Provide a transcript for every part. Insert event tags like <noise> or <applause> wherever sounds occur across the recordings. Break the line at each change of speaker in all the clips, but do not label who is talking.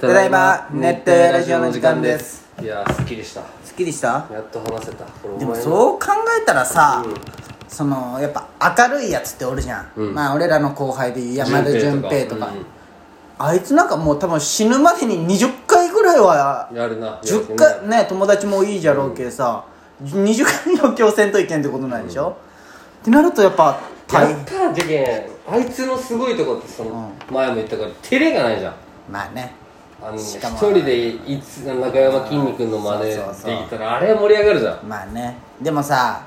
ただいま熱帯ラジオの時間です
いやーすっきりした
すっきりした
やっと話せたこれ
でも
う
そう考えたらさ、そのやっぱ明るいやつっておるじゃん、
うん
まあ俺らの後輩でいう山田純平とかあいつなんかもう多分死ぬまでに20回ぐらいは
やるな
10回ね友達もいいじゃろうけさ、20回の強せんといけんってことないでしょ、ってなるとやっぱ
や
大
っ
変
たらでけんあいつのすごいとこってその、前も言ったから照れがないじゃん
まあね
あのね
し
一
かも
人でいつ中山きんに君の真似でき
そうそうそう
たらあれは盛り上がるじゃん
まあねでもさ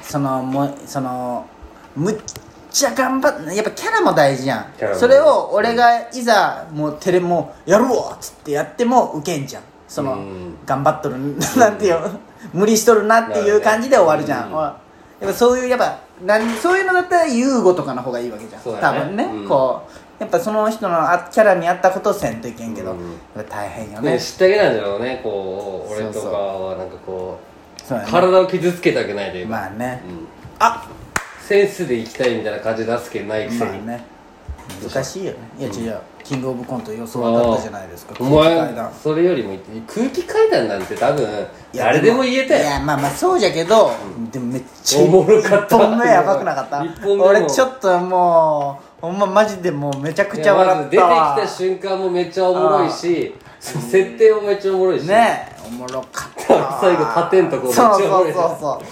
そのもうそのむっちゃ頑張っやっぱキャラも大事や
キャラ
ん
も
それを俺がいざもうテレもうやるわっつってやってもウケんじゃんその
うん
頑張っとる <laughs> なんていう無理しとるなっていう感じで終わるじゃん、
うん
やっぱそういうやっぱなんそういうのだったら優吾とかの方がいいわけじゃん、
そう
多
だね
分ね、
うん
こうやっぱその人のあキャラに合ったことをせんといけんけど、
うん
やっぱ大変よね
ね、知ってあげないんだろうねこう
そうそう
俺とかはなんかこう
そうやね
体を傷つけたくないで、
まあね、
うん、
あ
センスでいきたいみたいな感じ出すけないくせ
まあ
に、
ね難しいよねいや違う、キングオブコント予想だったじゃないですか
お
空気階
前
段
それよりも空気階段なんて多分
いや
誰でも言えた
い
よ
やまあまあそうじゃけど、でもめっちゃ
おもろかった
一本目やばくなかった
一本目も
俺ちょっともうほんまマジでもうめちゃく
い
ちゃ
やま
笑
ず
っ
出て
たわ
きた瞬間もめっちゃおもろいしその設定もめっちゃおもろいし
ねえおもろかったわ
最後盾んとこめっちゃ
そ
おも
うそ
ろ
う
い
そうそう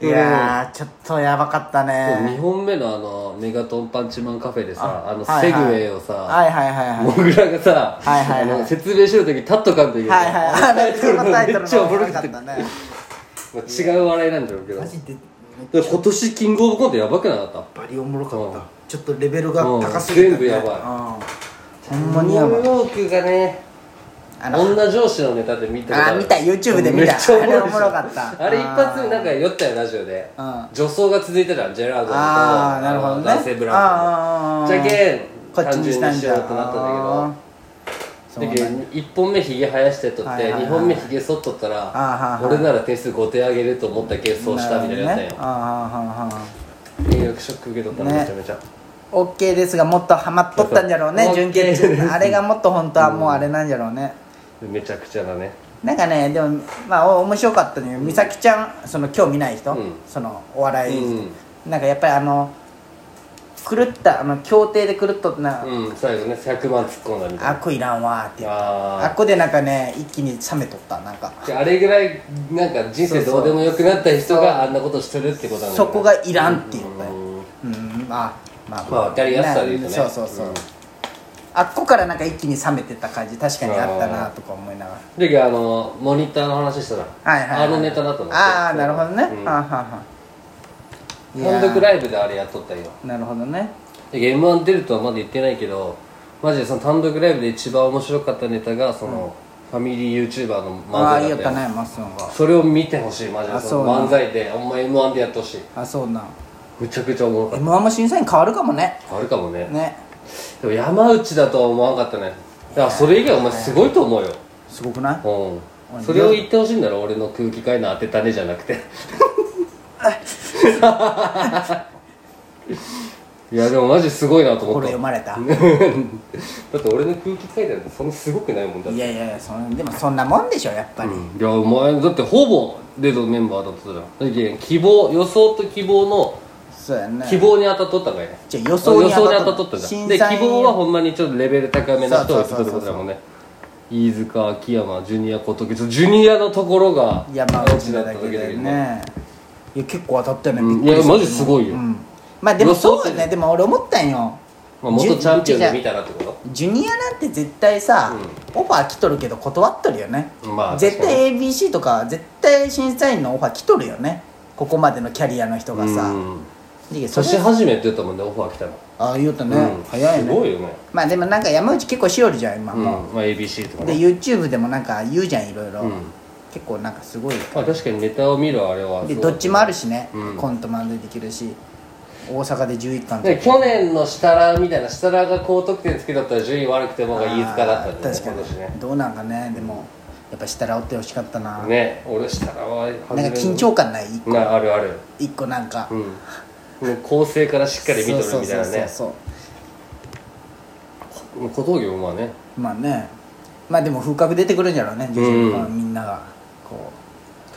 いやーちょっとやばかった
2
ね
本目のあのメガトンパンチマンカフェでさあの
はい
セ
はい
グウェイをさ
はいはいはいはい
モグラがさ
はいはいはい
あの説明しるとき立っとかんといけ
はいはいあ
タ
れ
イトル
そのタイ
<laughs>
ト
めっちゃおもろ
ルの
く
かってたね
まあ違う笑いなんだろうけど
マジで
で今年キングオブコントやばくなかった
バリおもろかった、
うん
ちょっとレベルが高すぎた、ね
うん全部やばい
うん、ほんまにや
ニ
ばい
ューヨークがね
あの
女上司のネタで見たこと
あ見た YouTube で見
め
た
っちゃ
あれおもろかった
あれ一発目なんか酔ったよラジオで
うん
女装が続いたじゃんジェラードンと
あーなるほどね
あの男性ブランコ
あー
じゃけん
こっちにしたん
単純
じゃ
にしようとなったんだ
そ
け
う
どだ
なん
け
だ
ど1本目ひげ生やしてとっ
はいはい
て
はい
2本目ひげ剃っとった
あ
ら
ーはいはい
俺なら点数5点あげると思ったけどそうしたみたいなやつ
るほどね
だよ
あーはーはーはー
ニューヨークショック受け取ったの
ね
めちゃめちゃ
オッケーですがもっとハマっとったんじゃろうね
そう
準決
オッケー
あれがもっと本当はもうあれなんじゃろうね、
めちゃくちゃだね
なんかねでもまあお面白かったのよ美咲ちゃんその興味ない人、
うん
そのお笑い、
う
なんかやっぱりあの狂ったあの協定で狂っとったな、
うん最後ね100万突っ込んだみたい
あ
な
っこいらんわーって言って
あー
あっこでなんかね一気に冷めとったなんか
であれぐらいなんか人生どうでもよくなった人があんなことしてるってことなんだよね
そこがいらんって言ったよ
うん
うんまあまあ
まあ分かりやすさで言うとね
そうそうそう、
うん
あっこからなんか一気に冷めてた感じ確かにあったなとか思いなが
であのモニターの話したら、
らはいはい、はい、
あのネタだと思って
ああなるほどね、
うん
はあはあはあ
単独ライブであれやっとったよ
ブなるほどね
で m 1出るとはまだ言ってないけどマジでその単独ライブで一番面白かったネタがその、ファミリー YouTuber の
ああ
漫
い
才
い
だ
よ
っ
ったた
よ
ねマッスンが
それを見てほしいマジで
あ
そ
そうな
の
ん
漫才でお前 m 1でやってほしい
あそうなん
むちゃくちゃおもろかっ
m 1も審査員変わるかもね
たあるかもね
ね
でも山内だとは思わなかったねだからそれ以外お前すごいと思うよ、
すごくない
うん、
俺
それを言ってほしいんだろ俺の空気階段当てたねじゃな
<laughs>
くていやでもマジすごいなと
こ
思
れ
った
読まれた
だって俺の空気階段ってそんなすごくないもんだっ
い
て
やいやいやそんでもそんなもんでしょやっぱり、
うんいやお前だってほぼデートのメンバーだったじゃんだけど希望予想と希望の
そうやね
希望に当たっとったからね
じゃあ予想に
予
当
想
たっ
に当
と
たっ
った
とったじゃん
審
で
査員
希望はほんまにちょっとレベル高めな人が
そ
作
う
っ
そ
てこ
うそうそう
とだもんね飯塚秋山ジュニア小峠ちょっとジュニアのところが
山
う
内
ち
だ
だ
っ
ったただ
だけ
けだ
で
けどね
ねいや結構当たったよね、
うん
びっくりした
いやマジすごいよ
うんまあでも
予想
そ
っ
う
て
よねでも俺思ったんよ
まあ元チャンピオンで見
た
たらってこ
ジュニアなんて絶対さ、オファー来とるけど断っとるよね、
とまあ
絶
確かに
対 ABC とか絶対審査員のオファー来とるよねここまでのキャリアの人がさ、
うん
でそれ
年始めって言ったもんねオファー来たの
ああ言うとね、
うん
早い
すご
ね
いよね
まあでもなんか山内結構しおるじゃん今
うんま
も
あ ABC とか
う、で
ね
YouTube でもなんか言うじゃんいろいろ、
うん
結構なんかすごい
まあ確かにネタを見るあれは
でどっちもある
し
しね、
うん
コント漫才できるし大阪で11巻
で去年の設楽みたいな設楽が高得点つけだったら順位悪くてもが飯塚だったんだよね
確か
今年
に、
ね
どうなんかねでもやっぱ設楽おってほしかったな、
ね俺設楽は
なんか緊張感ない一個
なあるある
一個なんか、
うんもう構成からしっかり見とるみたいなね
そうそうそうそう
小峠もまあね
まあねまあでも風格出てくるんじゃろうね女子の
う
みんながこ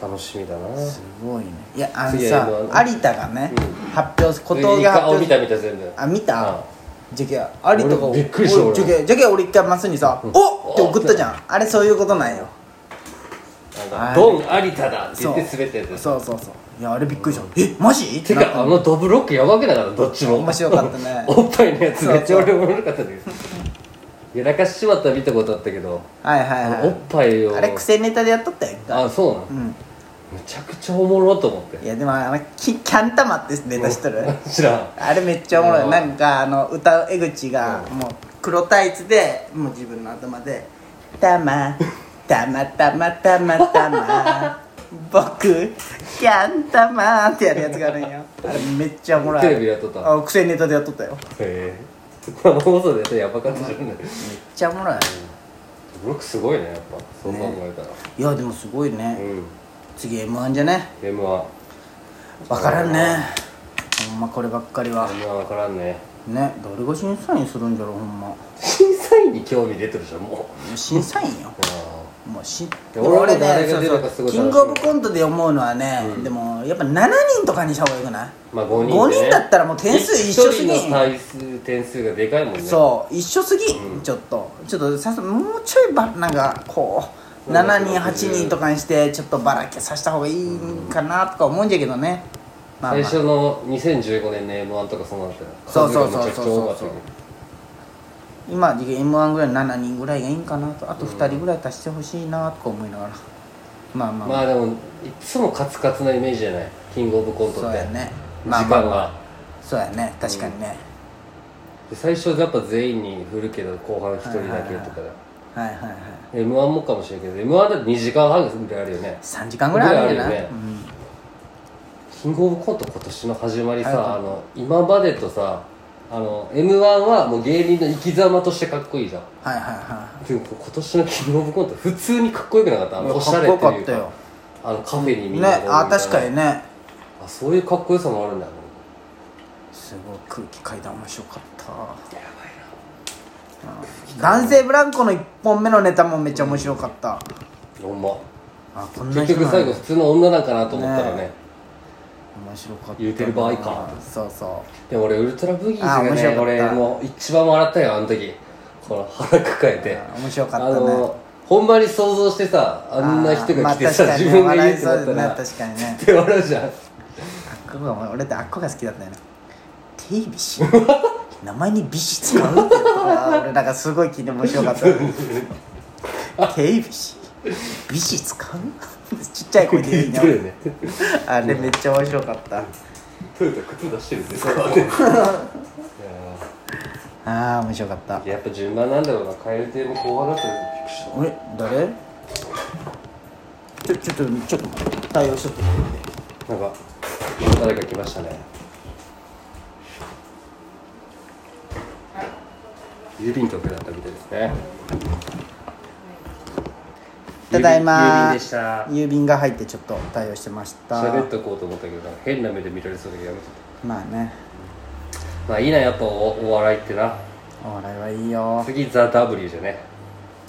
楽しみだな
うすごいねいやあの
次
さ
は M1
有田がね
うん
発表す孤島が発
顔
表
見た見た全部
あ見た
うん
じゃけ有田が
俺びっくりした
お
俺
じゃけじゃけ俺一回マスにさ「
ん
おっ!」って送ったじゃんあれそういうことなんよ
なん
は
か
い
ドン有田だって
そ
言
う
って滑ったやつ
そうそうそういやあれびっくりしたえマジって
て
なった
かあのドブロックやばくなかったどっちも
面白かったね
<laughs> おっぱいのやつ
そうそう
めっちゃ俺おもろかったんだけどやらかしちまった見たことあったけど
はいはい
あ
は
のおっ
い
ぱいを
あれ癖ネタでやっとったよ
あそうなの
うん
めちゃくちゃおもろと思って
いやでもあのキキャン玉ってネタしとる
知らん
あれめっちゃおもろ
う
い
ん
なんかあの歌う江口が
う
もう黒タイツでもう自分の頭で「たまたまたまたまたま僕キャンたま」ってやるやつがあるんよあれめっちゃおもろい
テレビでやっとった
あ癖ネタでやっとったよめっ
へえ生放送でやったらやばかったじゃんね
ちゃおもろい
ブロックすごいねやっぱそんな考えたら、
いやでもすごいね
うん
次 m 1じゃね
M は
分からんねほんまこればっかりは
M は分からんね
ね誰が審査員するんじゃろほんま
審査員に興味出てるじゃんもう
審査員よ
あ
もうし
や俺
俺
も誰が
ねそう
出る
そ
のかす
う
ごい楽しみ
キングオブコントで思うのはね、
うん
でもやっぱ7人とかにした方がよくない、
まあ5人
五
で、ね、
人だったらもう点数一緒すぎん
一人の対数点数がでかいもんね
そう一緒すぎ、ちょっとちょっとさすもうちょいばなんかこう7人8人とかにしてちょっとばらけさせた方がいいんかなとか思うんじゃけどね、まあま
最
あ
初の2015年の m 1とかそうなったら
そうそうそう
数がめち
そう
ゃくちゃ多かったけど
今 m 1ぐらい7人ぐらいがいいんかなとあと2人ぐらい足してほしいなとか思いながら、まあまあ、
まあでもいつもカツカツなイメージじゃないキングオブコント
そ
っ
う
て
やね
時
まあ
間
まあ
が、
まあそうやね確かにね、
で最初やっぱ全員に振るけど後半1人だけとかだ
はいはいはい
m 1もかもしれんけど m 1だって2時間半ぐらいあるよね
3時間ぐらいあるよな、
ぐらいあるよね
うん
キングオブコント今年の始まり
はいはい
さあの今までとさあの m 1はもう芸人の生き様としてかっこいいじゃん
はいはいは
でも今年のキングオブコント普通にかっこよくなかったあ
いや
のおしゃれっていう
か
か
っこよかったよ
あのカフェに
い
みん
ね
なこう
あ確かにね
あそういうかっこよさもあるんだな
すごい空気階段面白かった
やば
男性ブランコの1本目のネタもめっちゃ面白かった、
いなほんま
あこんな
結
人
局
な
最
の
後普通の女なんかなと思ったらね
ね面白かったな
言うてる場合か
そうそ
でも俺ウルトラブギーズ
あ
が
面白かっ
ね
た
俺もう一番笑ったよあの時この腹抱えて
う面白か
あ
ったね
のほんまに想像してさあんな人が来てさ
あーまあ
自分が言うって
確かに
思ったら
ね笑いそうだね確かにね
絶対笑うじゃん
あっこが俺ってあっこが好きだったよねテイビシ
<laughs>
名前にビシ使うっていうのが俺なんかすごい聞いて面白か
<laughs>
ったテイビシビシ使うちっちゃい声でい
言
い
っ
な
てるよ <laughs> ね
あれめっちゃ面白かった
トヨタ靴出してるんですかいや
ああ面白かった
ーやっぱ順番なんだろうな蛙亭も後半だったらびっくりした
あれ誰ちょちょっとちょっと待って対応しとって
なんか誰か来ましたね郵便局だったみたいですね
ただいま
郵便郵便でした
郵便が入ってちょっと対応してました
喋っとこうと思ったけどなんか変な目で見られそうだけどやめとった
まあね
まあいいなやっぱおお笑いってな
お笑いはいいよ
次ザ・ W じゃね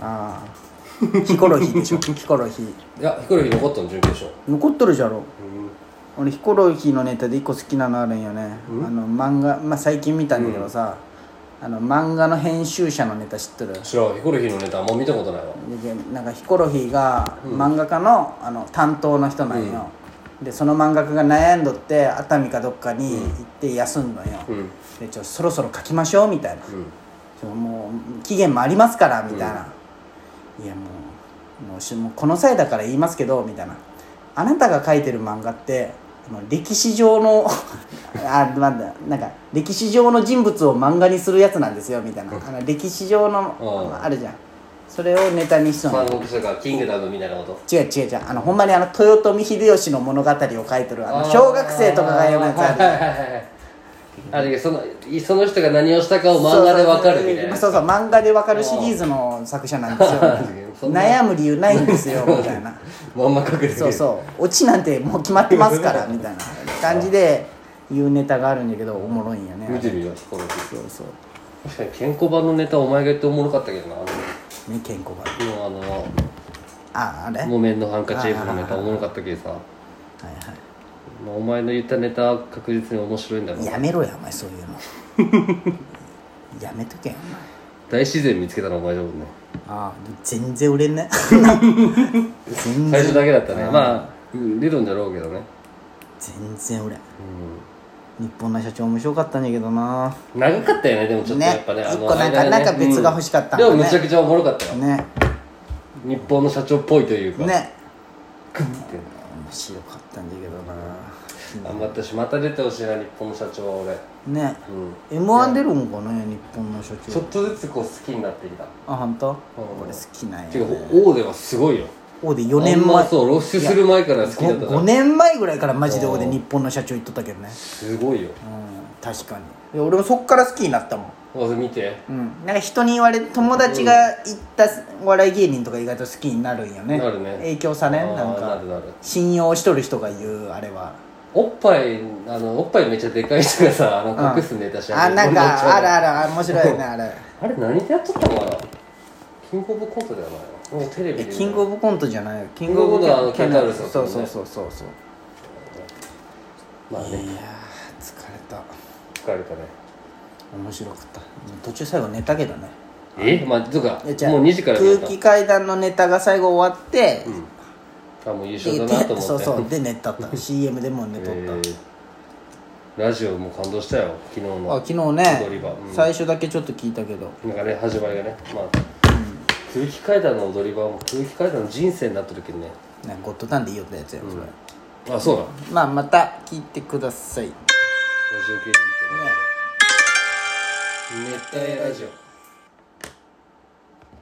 ああヒコロヒーで
<laughs>
しょヒコロヒー
いやヒコロヒー残ったの準決勝
残っとるじゃろ
うん
俺ヒコロヒーのネタで一個好きなのあるんよねあの漫画、まあ、最近見たんだけどさ、あの漫画の編集者のネタ知っとる
知らんヒコロヒーのネタあんま見たことないわ
でなんかヒコロヒーが漫画家の,、あの担当の人なんよ、でその漫画家が悩んどって熱海かどっかに行って休んどんよ、
うん
でちょそろそろ書きましょうみたいな、
うん
ちょもう期限もありますからみたいな、いやもうもうしもうこの際だから言いますけどみたいなあなたが書いてる漫画ってあの歴史上の <laughs> あなんだなんか歴史上の人物を漫画にするやつなんですよみたいなあの歴史上の
うん
あのあるじゃんそれをネタにしそうな
三国志とかキングダムみたいなこと
違う違う違うあのほんまにあの豊臣秀吉の物語を書いてるあの小学生とかが読むやつある
はいはいはいはいあれそのいその人が何をしたかを漫画でわかるみたいな
そうそう漫画でわかるシリーズの作者なんですよ
<laughs> そんな
悩む理由ないんで
<laughs>
すよみたいな
まんま書くだけ
そうそうオチなんてもう決まってますから
<laughs>
みたいな感じで言うネタがあるんだけどおもろいんよね
見てみようヒコロヒー
そうそう
確かに健康版のネタお前が言っておもろかったけどなあ
ね健康版
のもう
ああれ
あ
は
の
い
木綿のハンカチーフのネタおもろかったけどさ
は
まあお前の言ったネタは確実に面白いんだろう
い
な
やめろやお前そういうの <laughs> やめとけよお前
大自然見つけたのお前だもんね
ああ全然売れんね全
<laughs> 最初
然
だけだったねまあうん理論だろうけどね
全然売れん日本の社長面白かったんやけどな
うん長かったよねでもちょっと
ね
やっぱねあ
一
の
個なん
間
か
ね
なんか別が欲しかったん
で
だね
もむちゃくちゃおもろかったよ
ね
日本の社長っぽいというか
ね
グッて
面白かったんだけどな
頑張ってしまた出てほしいな日本の社長は俺
ね
うん
m 1出るんかね日本の社
ちょ
長
っとずつこう好きになってきた
あ本当
うん
俺好きなんや
ていうか
ね
オーデはすごいよ
おで4年前
あんまそう露出する前から好きだったか
5,
ら
年前ぐらいからマジで俺
うん
日本の社長言っとったけどね
すごいよ
うん確かにいや俺もそっから好きになったもん
まず見て
うん、なんか人に言われ友達が行ったお笑い芸人とか意外と好きになるんよね
なるね
影響されんなん
あー
か
なるなる
信用しとる人が言うあれは
おっぱいあのおっぱいめっちゃでかい人がさあの隠すネタし
あなんかあるあ
る
るあ面白いよねあれ
あれ何でやっとったのかなキングオブコントだよなもうテレビで
えキングオブコントじゃないよキン
グ
グ
オ
オ
ブ
ブ
コントはあの
キャ
ケンタウロスだった
そ
もん
う
ね
そうそうそうそう
まあね
いやー疲れた
疲れたね
面白かった途中最後寝たけどね
えまあそうか
いやじゃあ
もう2時から
空
見た
気階段のネタが最後終わって、
あもう優
で
勝だなと思って
そうそうで寝た
<laughs>
った CM でも寝とった、
えーラジオも感動したよ昨日の
あ昨日
踊り
ね
場、うん
最初だけちょっと聞いたけど
なんかね始まりがねまあ空気階段の踊り場も空気階段の人生になってるけどね
なんかゴッドタンで言いよったやつや、それ
あそうだラ
まあまた聞いてください
ジオ系で見てもらえる熱帯ラジオ